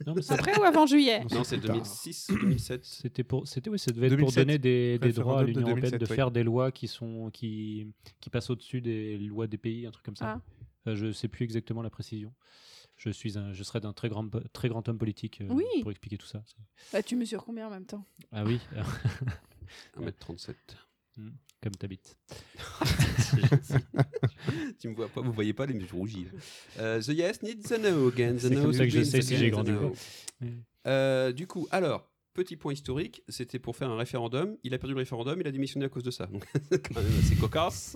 J: Non, mais ça-
I: Après ou avant juillet
L: Non,
H: Non, c'est
L: plus tard.
H: 2006 ou 2007.
J: C'était pour, c'était oui, ça devait être pour
L: 2007,
J: donner des, des droits à
L: référendum de
J: l'Union européenne de
L: 2007, oui.
J: faire des lois qui sont qui qui passent au-dessus des lois des pays, un truc comme ça.
I: Ah.
J: Enfin, je sais plus exactement la précision. Je suis un, je serais d'un très grand, très grand homme politique euh,
I: Oui.
J: pour expliquer tout ça.
I: Bah, tu mesures combien en même temps
J: Ah oui,
H: 1m37.
J: comme t'habites.
H: tu me vois pas, vous voyez pas, mais je rougis. Euh, the yes needs a no again. The
J: C'est
H: no
J: comme ça que je
H: needs
J: sais si
H: again
J: j'ai
H: the
J: grandi.
H: no.
J: Ouais.
H: Euh, du coup, alors, Petit point historique, c'était pour faire un référendum. Il a perdu le référendum, il a démissionné à cause de ça. Donc, c'est quand même assez cocasse.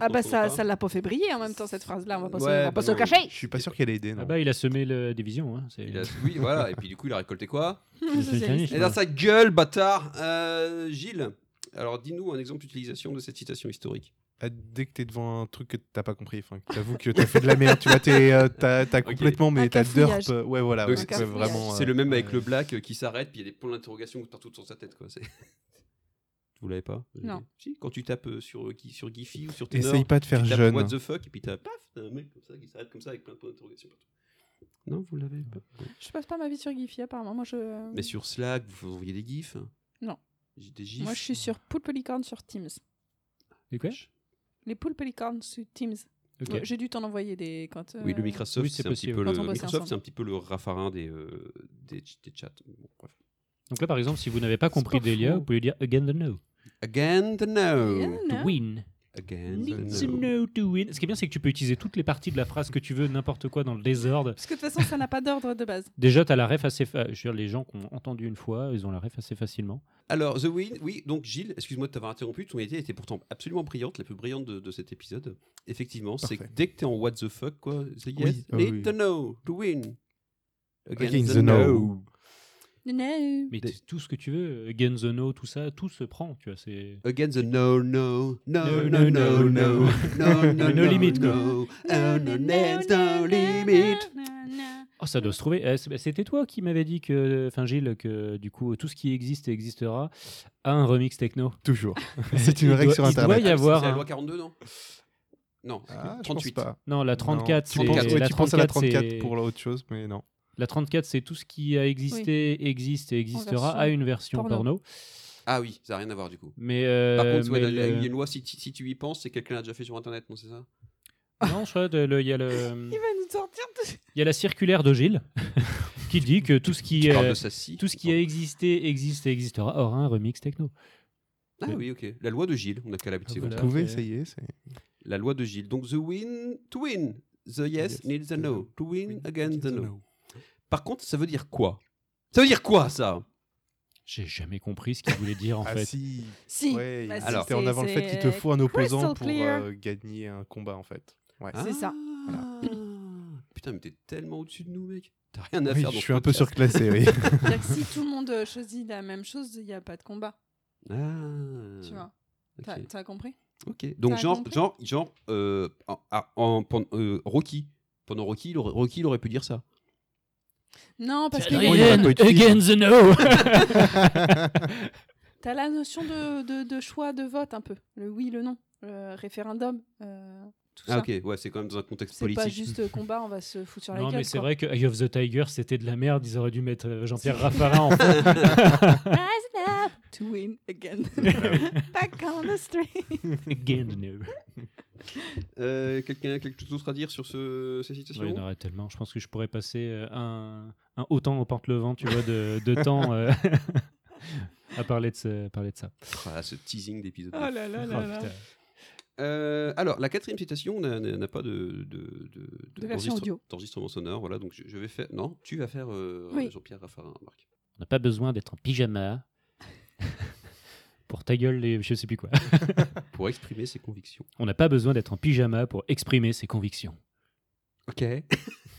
I: Ah bah
H: Maintenant qu'on en
I: ça,
H: parle.
I: ça l'a pas fait briller en même temps cette phrase-là. On va pas, se-
H: Ouais,
I: on va pas
H: bah
I: se
H: non,
I: le cacher.
H: je
L: suis pas sûr qu'elle ait aidé.
J: Ah bah, il a semé la division. Hein,
H: Il a- Oui, voilà. Et puis du coup, il a récolté quoi
J: Le socialiste.
H: Et dans sa gueule, bâtard Euh, Gilles, alors dis-nous un exemple d'utilisation de cette citation historique.
L: Ah, Dès que t'es devant un truc que t'as pas compris, enfin, que t'avoues que t'as fait de la merde, tu vois, t'es, euh, t'as, t'as
H: Ok.
L: complètement, mais t'as derp. euh, Ouais, voilà,
H: Donc,
L: ouais,
H: c'est-
L: ouais, vraiment.
H: Ah C'est
L: euh,
H: le même avec
L: ouais.
H: le black euh, qui s'arrête, puis il y a des points d'interrogation partout sur sa tête, quoi. c'est- Vous l'avez pas Vous l'avez
I: Non.
H: Si, quand tu tapes euh, sur, euh, Gi- sur Giphy ou sur Tenor,
L: Essaye pas de faire
H: tu tapes
L: jeune.
H: What the fuck, et puis t'as paf, t'as un mec comme ça qui s'arrête comme ça avec plein de points d'interrogation partout. Non, vous l'avez pas.
I: Je passe pas ma vie sur Giphy apparemment. Moi je.
H: Mais sur Slack, vous envoyez des gifs
I: Non.
H: J'ai des gifs.
I: Moi je suis sur Poulpe Licorne sur Teams.
J: Et quoi
I: Les Poulpe Licorne sur Teams.
J: Ok.
I: Ouais, J'ai dû t'en envoyer des quand.
H: Oui, le
I: euh,
H: Microsoft,
J: Oui, c'est
H: c'est un petit
J: possible.
H: peu
I: Quand
H: le
I: on bossait
H: Microsoft,
I: ensemble.
H: c'est un petit peu le raffarin des euh, des, des chats. Bon, bref.
J: Donc là, par exemple, si vous n'avez pas compris
H: pas
J: Delia,
H: faux.
J: vous pouvez dire Again the No.
H: Again the no.
J: To win.
H: Again
J: It's
H: the
J: a
H: no.
J: no to win. Ce qui est bien, c'est que tu peux utiliser toutes les parties de la phrase que tu veux, n'importe quoi, dans le désordre.
I: Parce que de toute façon ça n'a pas d'ordre de base.
J: Déjà, tu as la ref assez. fa- Je veux dire, les gens qui ont entendu une fois, ils ont la ref assez facilement.
H: Alors, The Win, oui, donc Gilles, excuse-moi de t'avoir interrompu, ton idée était pourtant absolument brillante, la plus brillante de, de cet épisode. Effectivement, c'est que dès que t'es en What the fuck, quoi, c'est yes,
L: Oui, ah
H: need
L: oui.
H: to know, to win.
L: Against the no.
I: No.
J: Mais t- tout ce que tu veux, euh, Again the No, tout ça, tout se prend. Tu vois, c'est.
H: Again the no, no, no,
J: No,
H: no, no,
J: no,
H: no, no,
J: no.
H: no,
J: No limit, quoi.
H: no, oh, no, there's no limit.
J: Oh, ça doit se trouver. Eh, c'est- C'était toi qui m'avais dit que, enfin Gilles, que du coup tout ce qui existe et existera a un remix techno.
L: Toujours. C'est une
J: Il
L: règle
J: doit-
L: sur
J: Il
L: Internet.
J: doit y avoir.
H: C'est la
J: un-
H: loi 42, non Non,
L: Ah, je pense
H: 38.
L: pas.
J: Non, la 34,
L: tu penses,
J: c'est-
L: ouais,
J: la
L: tu penses à la
J: 34,
L: 34
J: c'est-
L: pour autre chose, mais non.
J: La 34, c'est tout ce qui a existé, existe et existera
H: version
J: à une version
H: porno.
J: porno.
H: Ah oui, ça n'a rien à voir du coup.
J: Mais, euh,
H: Par contre, ouais,
J: mais
H: la- la-
J: le-
H: il y a une loi, si, tu- si tu y penses, c'est que quelqu'un l'a déjà fait sur Internet, non, c'est ça
J: Non, je crois que le- il y a le.
I: Il va nous sortir de.
J: Il y a la circulaire de Gilles qui dit que tout ce qui
H: Tu parles
J: euh,
H: de ça, si.
J: tout ce qui a existé existe et existera aura un remix techno.
H: Ah oui, ok. La loi de Gilles, on a qu'à l'habitude.
J: Ah,
H: comme
J: voilà.
H: ça.
J: Vous pouvez
L: essayer,
H: La loi de Gilles. Donc, the win to win. The yes, needs the no. To win, against the no. Par contre, ça veut dire quoi Ça veut dire quoi, ça
J: J'ai jamais compris ce qu'il voulait dire en
L: Ah
J: fait.
L: si.
I: Si.
L: Ouais,
I: Bah, si,
L: alors,
I: c'est-
L: c'était en avant le fait
I: c'est,
L: qu'il te faut un opposant
I: crystal
L: pour
I: clear.
L: euh, gagner un combat, en fait. Ouais.
I: C'est ça.
H: Ah. Putain, mais t'es tellement au-dessus de nous, mec. T'as rien à
L: Oui,
H: faire.
L: je
H: dans ce
L: suis un peu
H: podcast.
L: surclassé, oui.
I: C'est-à-dire que si tout le monde euh, choisit la même chose, il n'y a pas de combat.
H: Ah.
I: Tu vois.
H: Ok.
I: T'as- T'as compris
H: Ok. Donc
I: T'as
H: genre,
I: compris
H: genre, genre, euh, en, en- pen- euh, Rocky. Pendant Rocky, il aurait, Rocky, il aurait pu dire ça.
I: Non, parce que
J: Again, again the
I: no.
J: no.
I: T'as la notion de, de, de choix de vote un peu. Le oui, le non, le référendum, euh, tout
H: ah
I: ça.
H: ok, ouais, c'est quand même dans un contexte
I: C'est
H: politique.
I: pas juste euh, combat, on va se foutre sur la
J: Non,
I: gueule.
J: mais c'est
I: quoi.
J: vrai que Eye of the Tiger, c'était de la merde. Ils auraient dû mettre euh, Jean-Pierre Raffarin en fond.
I: Rise up to win again. Back on the street.
J: Again, no.
H: Euh, Quelqu'un, quelque chose d'autre à dire sur ce, ces
J: Il
H: citations
J: y en aurait tellement. Je pense que je pourrais passer euh, un, un autant au porte-levant, tu vois, de, de temps euh, à parler de, ce- parler de ça.
H: Oh là, ce teasing d'épisode.
I: Oh là là là là.
H: Euh, alors, la quatrième citation n'a- n'a n'a pas de, de, de-
I: De version
H: d'enregistre-
I: audio.
H: d'enregistrement sonore. Voilà, donc je, je vais faire. Non, tu vas faire euh,
I: Oui.
H: Jean-Pierre Raffarin, Marc.
J: On n'a pas besoin d'être en pyjama pour ta gueule et je sais plus quoi.
H: Pour exprimer ses convictions.
J: On n'a pas besoin d'être en pyjama pour exprimer ses convictions.
H: Ok.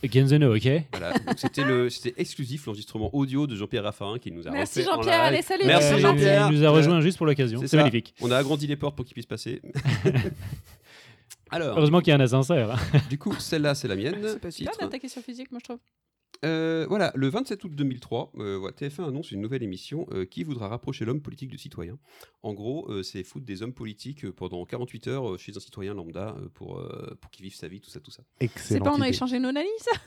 J: Again the no, ok
H: Voilà, donc c'était le- c'était exclusif l'enregistrement audio de Jean-Pierre Raffarin qui nous a
I: Merci
H: refait en
I: Jean-Pierre,
H: live.
I: allez, salut,
J: c'est
H: Merci
J: gentil.
H: Jean-Pierre.
J: Euh, Il nous a rejoint juste pour l'occasion, c'est
H: ça.
J: magnifique.
H: On a agrandi les portes pour qu'il puisse passer. Alors,
J: Heureusement qu'il y a un ascenseur.
H: du coup, celle-là, c'est la mienne.
I: Ah, C'est pas super
H: Titre.
I: d'attaquer sur physique, moi je trouve.
H: Euh, voilà, le 27 août 2003, euh, voilà, TF1 annonce une nouvelle émission euh, qui voudra rapprocher l'homme politique du citoyen. En gros, euh, c'est foutre des hommes politiques euh, pendant 48 heures euh, chez un citoyen lambda euh, pour, euh, pour qu'il vive sa vie, tout ça, tout ça.
I: C'est pas on a échangé nos nannies, ça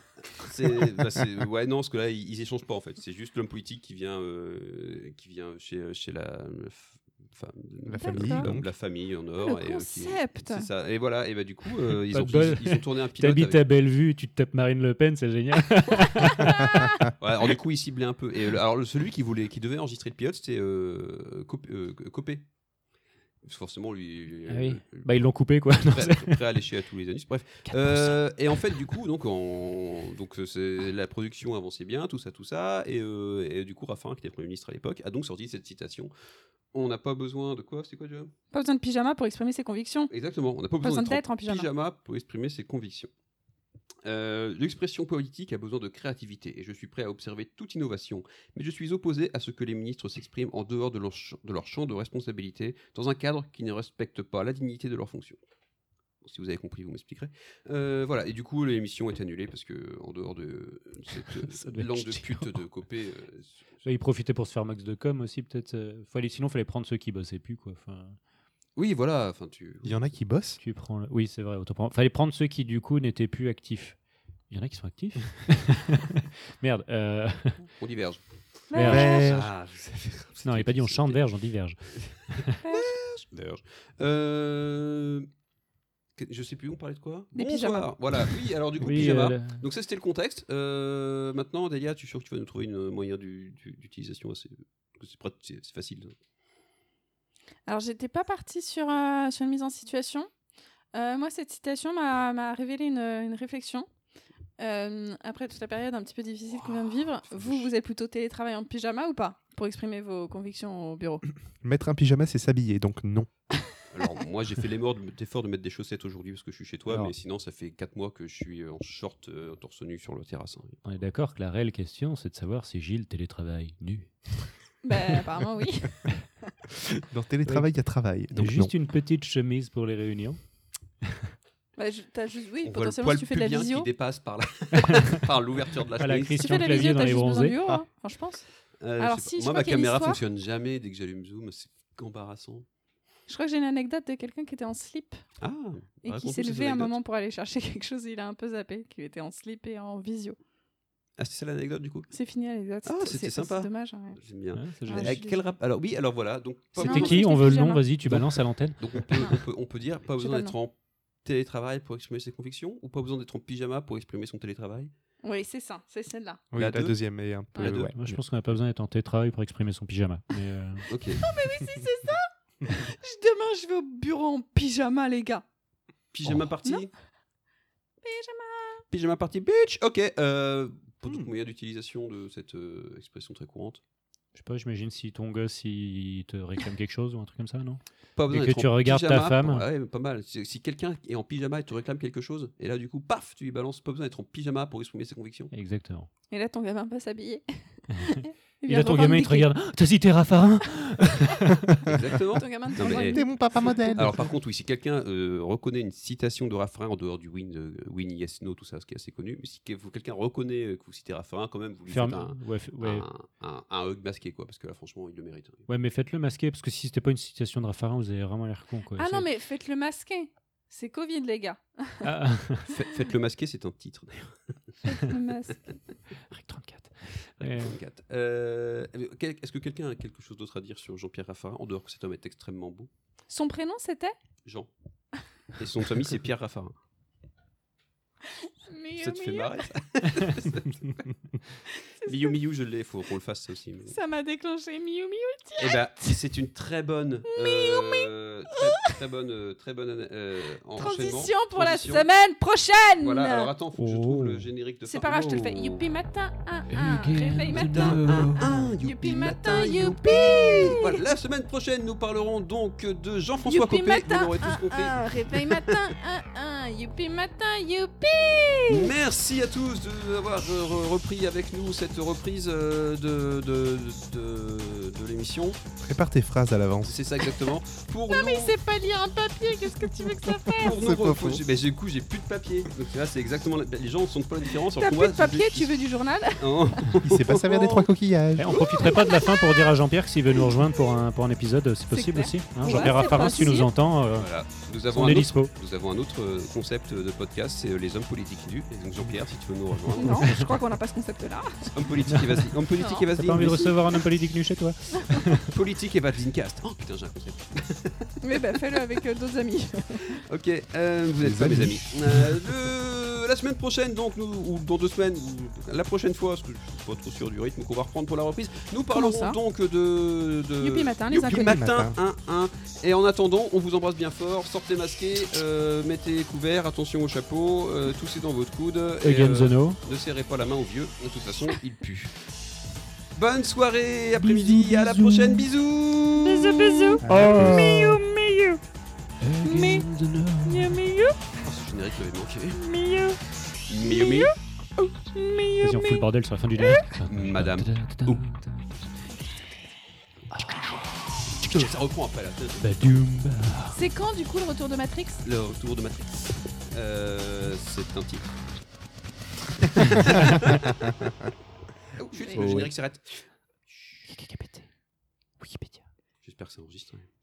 H: C'est- bah, c'est- ouais, non, parce que là, ils, ils échangent pas en fait. C'est juste l'homme politique qui vient, euh, qui vient chez, chez la. la f- femme-
L: La famille,
H: l'homme-
L: donc.
H: la famille en
I: le
H: or et, euh, qui-
I: concept.
H: c'est ça et voilà et bah du coup euh, ils,
J: Pas
H: ont,
J: de bol.
H: ils, ils ont tourné un pilote euh,
J: T'habites
H: avec-
J: à Bellevue, tu te tapes Marine Le Pen, c'est génial.
H: Ouais, alors du coup, il ciblait un euh, peu. Et le- alors le- celui qui voulait, qui devait enregistrer le pilote, c'était euh, Cop- euh, Copé. forcément lui. euh,
J: Ah oui. Bah, ils l'ont coupé, quoi. Non,
H: Prêt,
J: c'est-
H: prêt à lécher à tous les anus. Bref. Euh, et en fait, du coup, donc, en- donc euh, c'est- la production avançait bien, tout ça, tout ça. Et, euh, et du coup, Raffarin, qui était Premier ministre à l'époque, a donc sorti cette citation. On n'a pas besoin de quoi C'était quoi déjà
I: Pas besoin de pyjama pour exprimer ses convictions.
H: Exactement, on n'a pas
I: Pas
H: besoin
I: besoin d'être en pyjama.
H: pour exprimer ses convictions. Euh, L'expression politique a besoin de créativité et je suis prêt à observer toute innovation, mais je suis opposé à ce que les ministres s'expriment en dehors de leur, ch- de leur champ de responsabilité, dans un cadre qui ne respecte pas la dignité de leur fonction. Si vous avez compris, vous m'expliquerez. Euh, voilà, et du coup, l'émission est annulée parce que, en dehors de cette
J: Ça
H: euh,
J: doit être
H: langue de pute de Copé, euh,
J: Ils profitaient pour se faire max de com aussi, peut-être. euh, fallait- Sinon, il fallait prendre ceux qui bossaient plus, quoi. Enfin,
H: oui, voilà, enfin, tu.
L: Il y en a qui bossent
J: tu prends le- Oui, c'est vrai, autant prendre- Fallait prendre ceux qui, du coup, n'étaient plus actifs. Il y en a qui sont actifs Merde. euh,
H: On diverge.
J: Verge.
H: Verge. Ah, vous avez-
J: Euh, non, il n'est pas dit on chante verge, on dit verge.
H: D'ailleurs. Euh, que- Je sais plus, on parlait de quoi
I: Des
H: Bonsoir.
I: pyjamas.
H: Voilà, oui, alors du coup,
J: Oui,
H: pyjama.
J: euh, le-
H: Donc, ça, c'était le contexte. Euh, maintenant, Delia, tu es sûr que tu vas nous trouver une euh, moyen du- du- d'utilisation assez. que c'est prat- C'est c'est facile.
I: Alors, j'étais pas partie sur, euh, sur une mise en situation. Euh, moi, cette citation m'a m'a révélé une, une réflexion. Euh, après toute la période un petit peu difficile qu'on vient de vivre, vous, vous êtes plutôt télétravail en pyjama ou pas Pour exprimer vos convictions au bureau.
L: Mettre un pyjama, c'est s'habiller, donc non.
H: Alors, moi, j'ai fait l'effort de, l'effort de mettre des chaussettes aujourd'hui parce que je suis chez toi,
J: Alors.
H: mais sinon, ça fait 4 mois que je suis en short, euh, torse nu sur le terrasse. hein.
J: On est d'accord que la réelle question, c'est de savoir si Gilles télétravaille nu.
I: Ben, apparemment, oui.
L: Dans télétravail, il y a travail.
J: Et
L: Donc
J: juste une petite chemise pour les réunions.
I: Bah, je- t'as juste- oui,
H: On voit le
I: potentiellement,
H: poil
I: si tu fais de la
H: pubien
I: visio.
H: qui dépasse par la- par l'ouverture de la
J: Ah, la
H: chemise.
I: Si tu fais de la visio, t'as juste besoin du haut, hein. Enfin, je pense.
H: Euh, je
I: Alors,
H: sais pas.
I: si, je
H: moi,
I: crois
H: ma
I: qu'il y a une
H: caméra
I: histoire.
H: fonctionne jamais dès que j'allume Zoom, c'est embarrassant.
I: Je crois que j'ai une anecdote de quelqu'un qui était en slip
H: Ah,
I: et qui
H: raconte-nous
I: s'est
H: ces
I: levé à un
H: anecdotes.
I: moment pour aller chercher quelque chose. et Il a un peu zappé, qu'il était en slip et en visio.
H: Ah, c'est ça l'anecdote du coup
I: C'est fini l'anecdote.
H: Ah,
I: C'est-
H: c'était
I: c'est-
H: sympa.
I: C'est dommage. ouais.
H: J'aime bien.
J: Ouais, Hein, c'est
I: génial.
H: Euh,
I: Ah, je suis
H: quel rap- Alors, oui, alors voilà. Donc, pas
J: C'était
H: besoin-
J: qui On veut le nom,
I: pyjama.
J: vas-y, tu
H: Donc-
J: balances à l'antenne.
H: Donc, on peut, on peut, on peut dire pas
I: J'ai
H: besoin
I: pas le
H: d'être
I: nom.
H: en télétravail pour exprimer ses convictions ou pas besoin d'être en pyjama pour exprimer son télétravail
I: Oui, c'est ça, c'est celle-là.
L: Oui, la,
H: La deux.
L: deuxième est un peu.
H: La deux.
L: ouais.
J: Moi, je pense qu'on n'a pas besoin d'être en télétravail pour exprimer son pyjama. Mais, euh,
H: Ok.
I: Mais Eh si, c'est ça Je- Demain, je vais au bureau en pyjama, les gars.
H: Pyjama
J: Oh.
H: party
I: Non.
H: Pyjama party, bitch Ok. Euh, pour
J: Hmm.
H: d'autres moyens d'utilisation de cette euh, expression très courante.
J: je sais pas, j'imagine si ton gosse, il te réclame quelque chose ou un truc comme ça, non
H: Pas besoin
J: Et que
H: d'être
J: tu
H: en
J: regardes ta
H: pyjama
J: femme.
H: pour- ah ouais, mais pas mal. Si, si quelqu'un est en pyjama et te réclame quelque chose, et là, du coup, paf, tu lui balances pas besoin d'être en pyjama pour exprimer ses convictions.
J: Exactement.
I: Et là, ton gamin va s'habiller.
J: Et là, ton gamin, il te regarde. Ah, T'as cité Raffarin
H: Exactement.
I: Ton gamin te
H: Non, mais-
I: regarde.
H: T'es
L: mon papa modèle.
H: Alors par contre, oui, si quelqu'un euh, reconnaît une citation de Raffarin en dehors du Win, euh, Win Yes No, tout ça, ce qui est assez connu, mais si que- vous- quelqu'un reconnaît euh, que vous citez Raffarin, quand même, vous lui
J: Ferme-
H: faites un,
J: ouais, f- ouais.
H: un, un- un hug masqué, quoi, parce que là, franchement, il le mérite. hein.
J: Ouais, mais faites-le masquer, parce que si c'était pas une citation de Raffarin, vous avez vraiment l'air con, quoi.
I: Ah non,
J: C'est-
I: mais faites-le masquer. C'est Covid, les gars.
J: Ah, ah.
H: Fait- Faites-le masquer, c'est un titre d'ailleurs.
I: Faites-le masquer.
J: Règle 34.
H: Ouais,
J: Euh,
H: 34. Euh, quel- Est-ce que quelqu'un a quelque chose d'autre à dire sur Jean-Pierre Raffarin, en dehors que cet homme est extrêmement beau
I: Son prénom, c'était
H: Jean. Et son famille, c'est Pierre Raffarin.
I: Miu
H: Ça te fait
I: Miu.
H: marrer, ça Miu Miu, je l'ai, faut qu'on le fasse ça aussi. mais-
I: Ça m'a déclenché Miu Miu.
H: Eh ben, c'est une très bonne, euh, très, très bonne, euh, très bonne euh, enchaînement.
I: Transition pour la
H: Transition.
I: semaine prochaine.
H: Voilà. Alors oh. attends, faut que je trouve le générique de.
I: C'est
H: fin.
I: pas grave, je te le fais. Youpi matin, un, un. Réveil matin, un, un. Youpi matin, youpi.
H: Voilà, la semaine prochaine, nous parlerons donc de Jean-François
I: Youpi
H: Copé. Vous
I: matin, Ah,
H: l'aurez tous compris.
I: un, un. Réveil matin, un, un. Youpi matin, youpi.
H: Merci à tous d'avoir euh, re- repris avec nous cette reprise euh, de, de, de, de l'émission.
L: Prépare tes phrases à l'avance.
H: C'est ça exactement. Pour
I: Non,
H: nous,
I: mais il sait pas lire un papier, qu'est-ce que tu veux que ça fasse
H: pour nous
L: C'est pas
H: reposer-
L: faux.
H: ben, du coup, j'ai plus de papier. Donc là, c'est exactement. la- Les gens ne sentent pas la différence.
I: T'as plus de papier, tu Ah, veux du journal
L: Il s'est passé à vers des trois coquillages.
J: eh, on profiterait pas de la fin pour dire à Jean-Pierre que s'il veut nous rejoindre pour un, pour un épisode, c'est possible
I: clair.
J: aussi. hein.
I: Ouais,
J: Jean-Pierre
I: c'est
J: Raffarin, si tu nous
I: possible.
J: entends, euh,
H: Voilà. Nous
J: on
H: avons,
J: est
H: un autre,
J: dispo.
H: nous avons un autre euh, concept de podcast, c'est euh, les hommes politiques nus. Et donc Jean-Pierre, si tu veux nous rejoindre,
I: Non, je crois qu'on n'a pas ce concept-là.
H: hommes politiques et vas-y. Hommes politiques et
J: T'as
H: vas-y.
J: pas envie de
H: mais si.
J: recevoir un homme politique nu chez toi
H: Politique et vas-y cast. Oh putain, j'ai un concept.
I: Mais bah, fais-le avec euh, d'autres amis.
H: Ok, euh, vous êtes
L: Les
H: pas mes
L: amis.
H: amis. Euh, le- La semaine prochaine, donc, nous, ou dans deux semaines, ou la prochaine fois, parce que je suis pas trop sûr du rythme qu'on va reprendre pour la reprise, nous
I: Comment
H: parlerons
I: ça
H: donc de. de...
I: Youpi matin, les
H: Youpi
I: inconnus.
H: matin, 1-1. Et en attendant, on vous embrasse bien fort. Sortez masqués, euh, mettez couverts, attention au chapeau, euh, toussez dans votre coude. et, euh,
J: Again the no.
H: Ne serrez pas la main au vieux, de toute façon, il pue. Bonne soirée, après-midi, à la prochaine, bisous
I: Bisous, bisous.
H: Oh.
I: Miou, miou. Mi- Miou, miou.
H: Oh, ce générique m'avait manqué.
I: Miou.
H: Miou, miou.
J: Vas-y, on fout le bordel sur la fin du dernier.
H: Madame. Ça reprend après là.
I: C'est quand du coup le retour de Matrix
H: Le retour de Matrix. Euh, c'est un titre. oh, chut, le
I: Oh, ouais.
H: générique s'arrête. Wikipédia. J'espère que ça enregistre.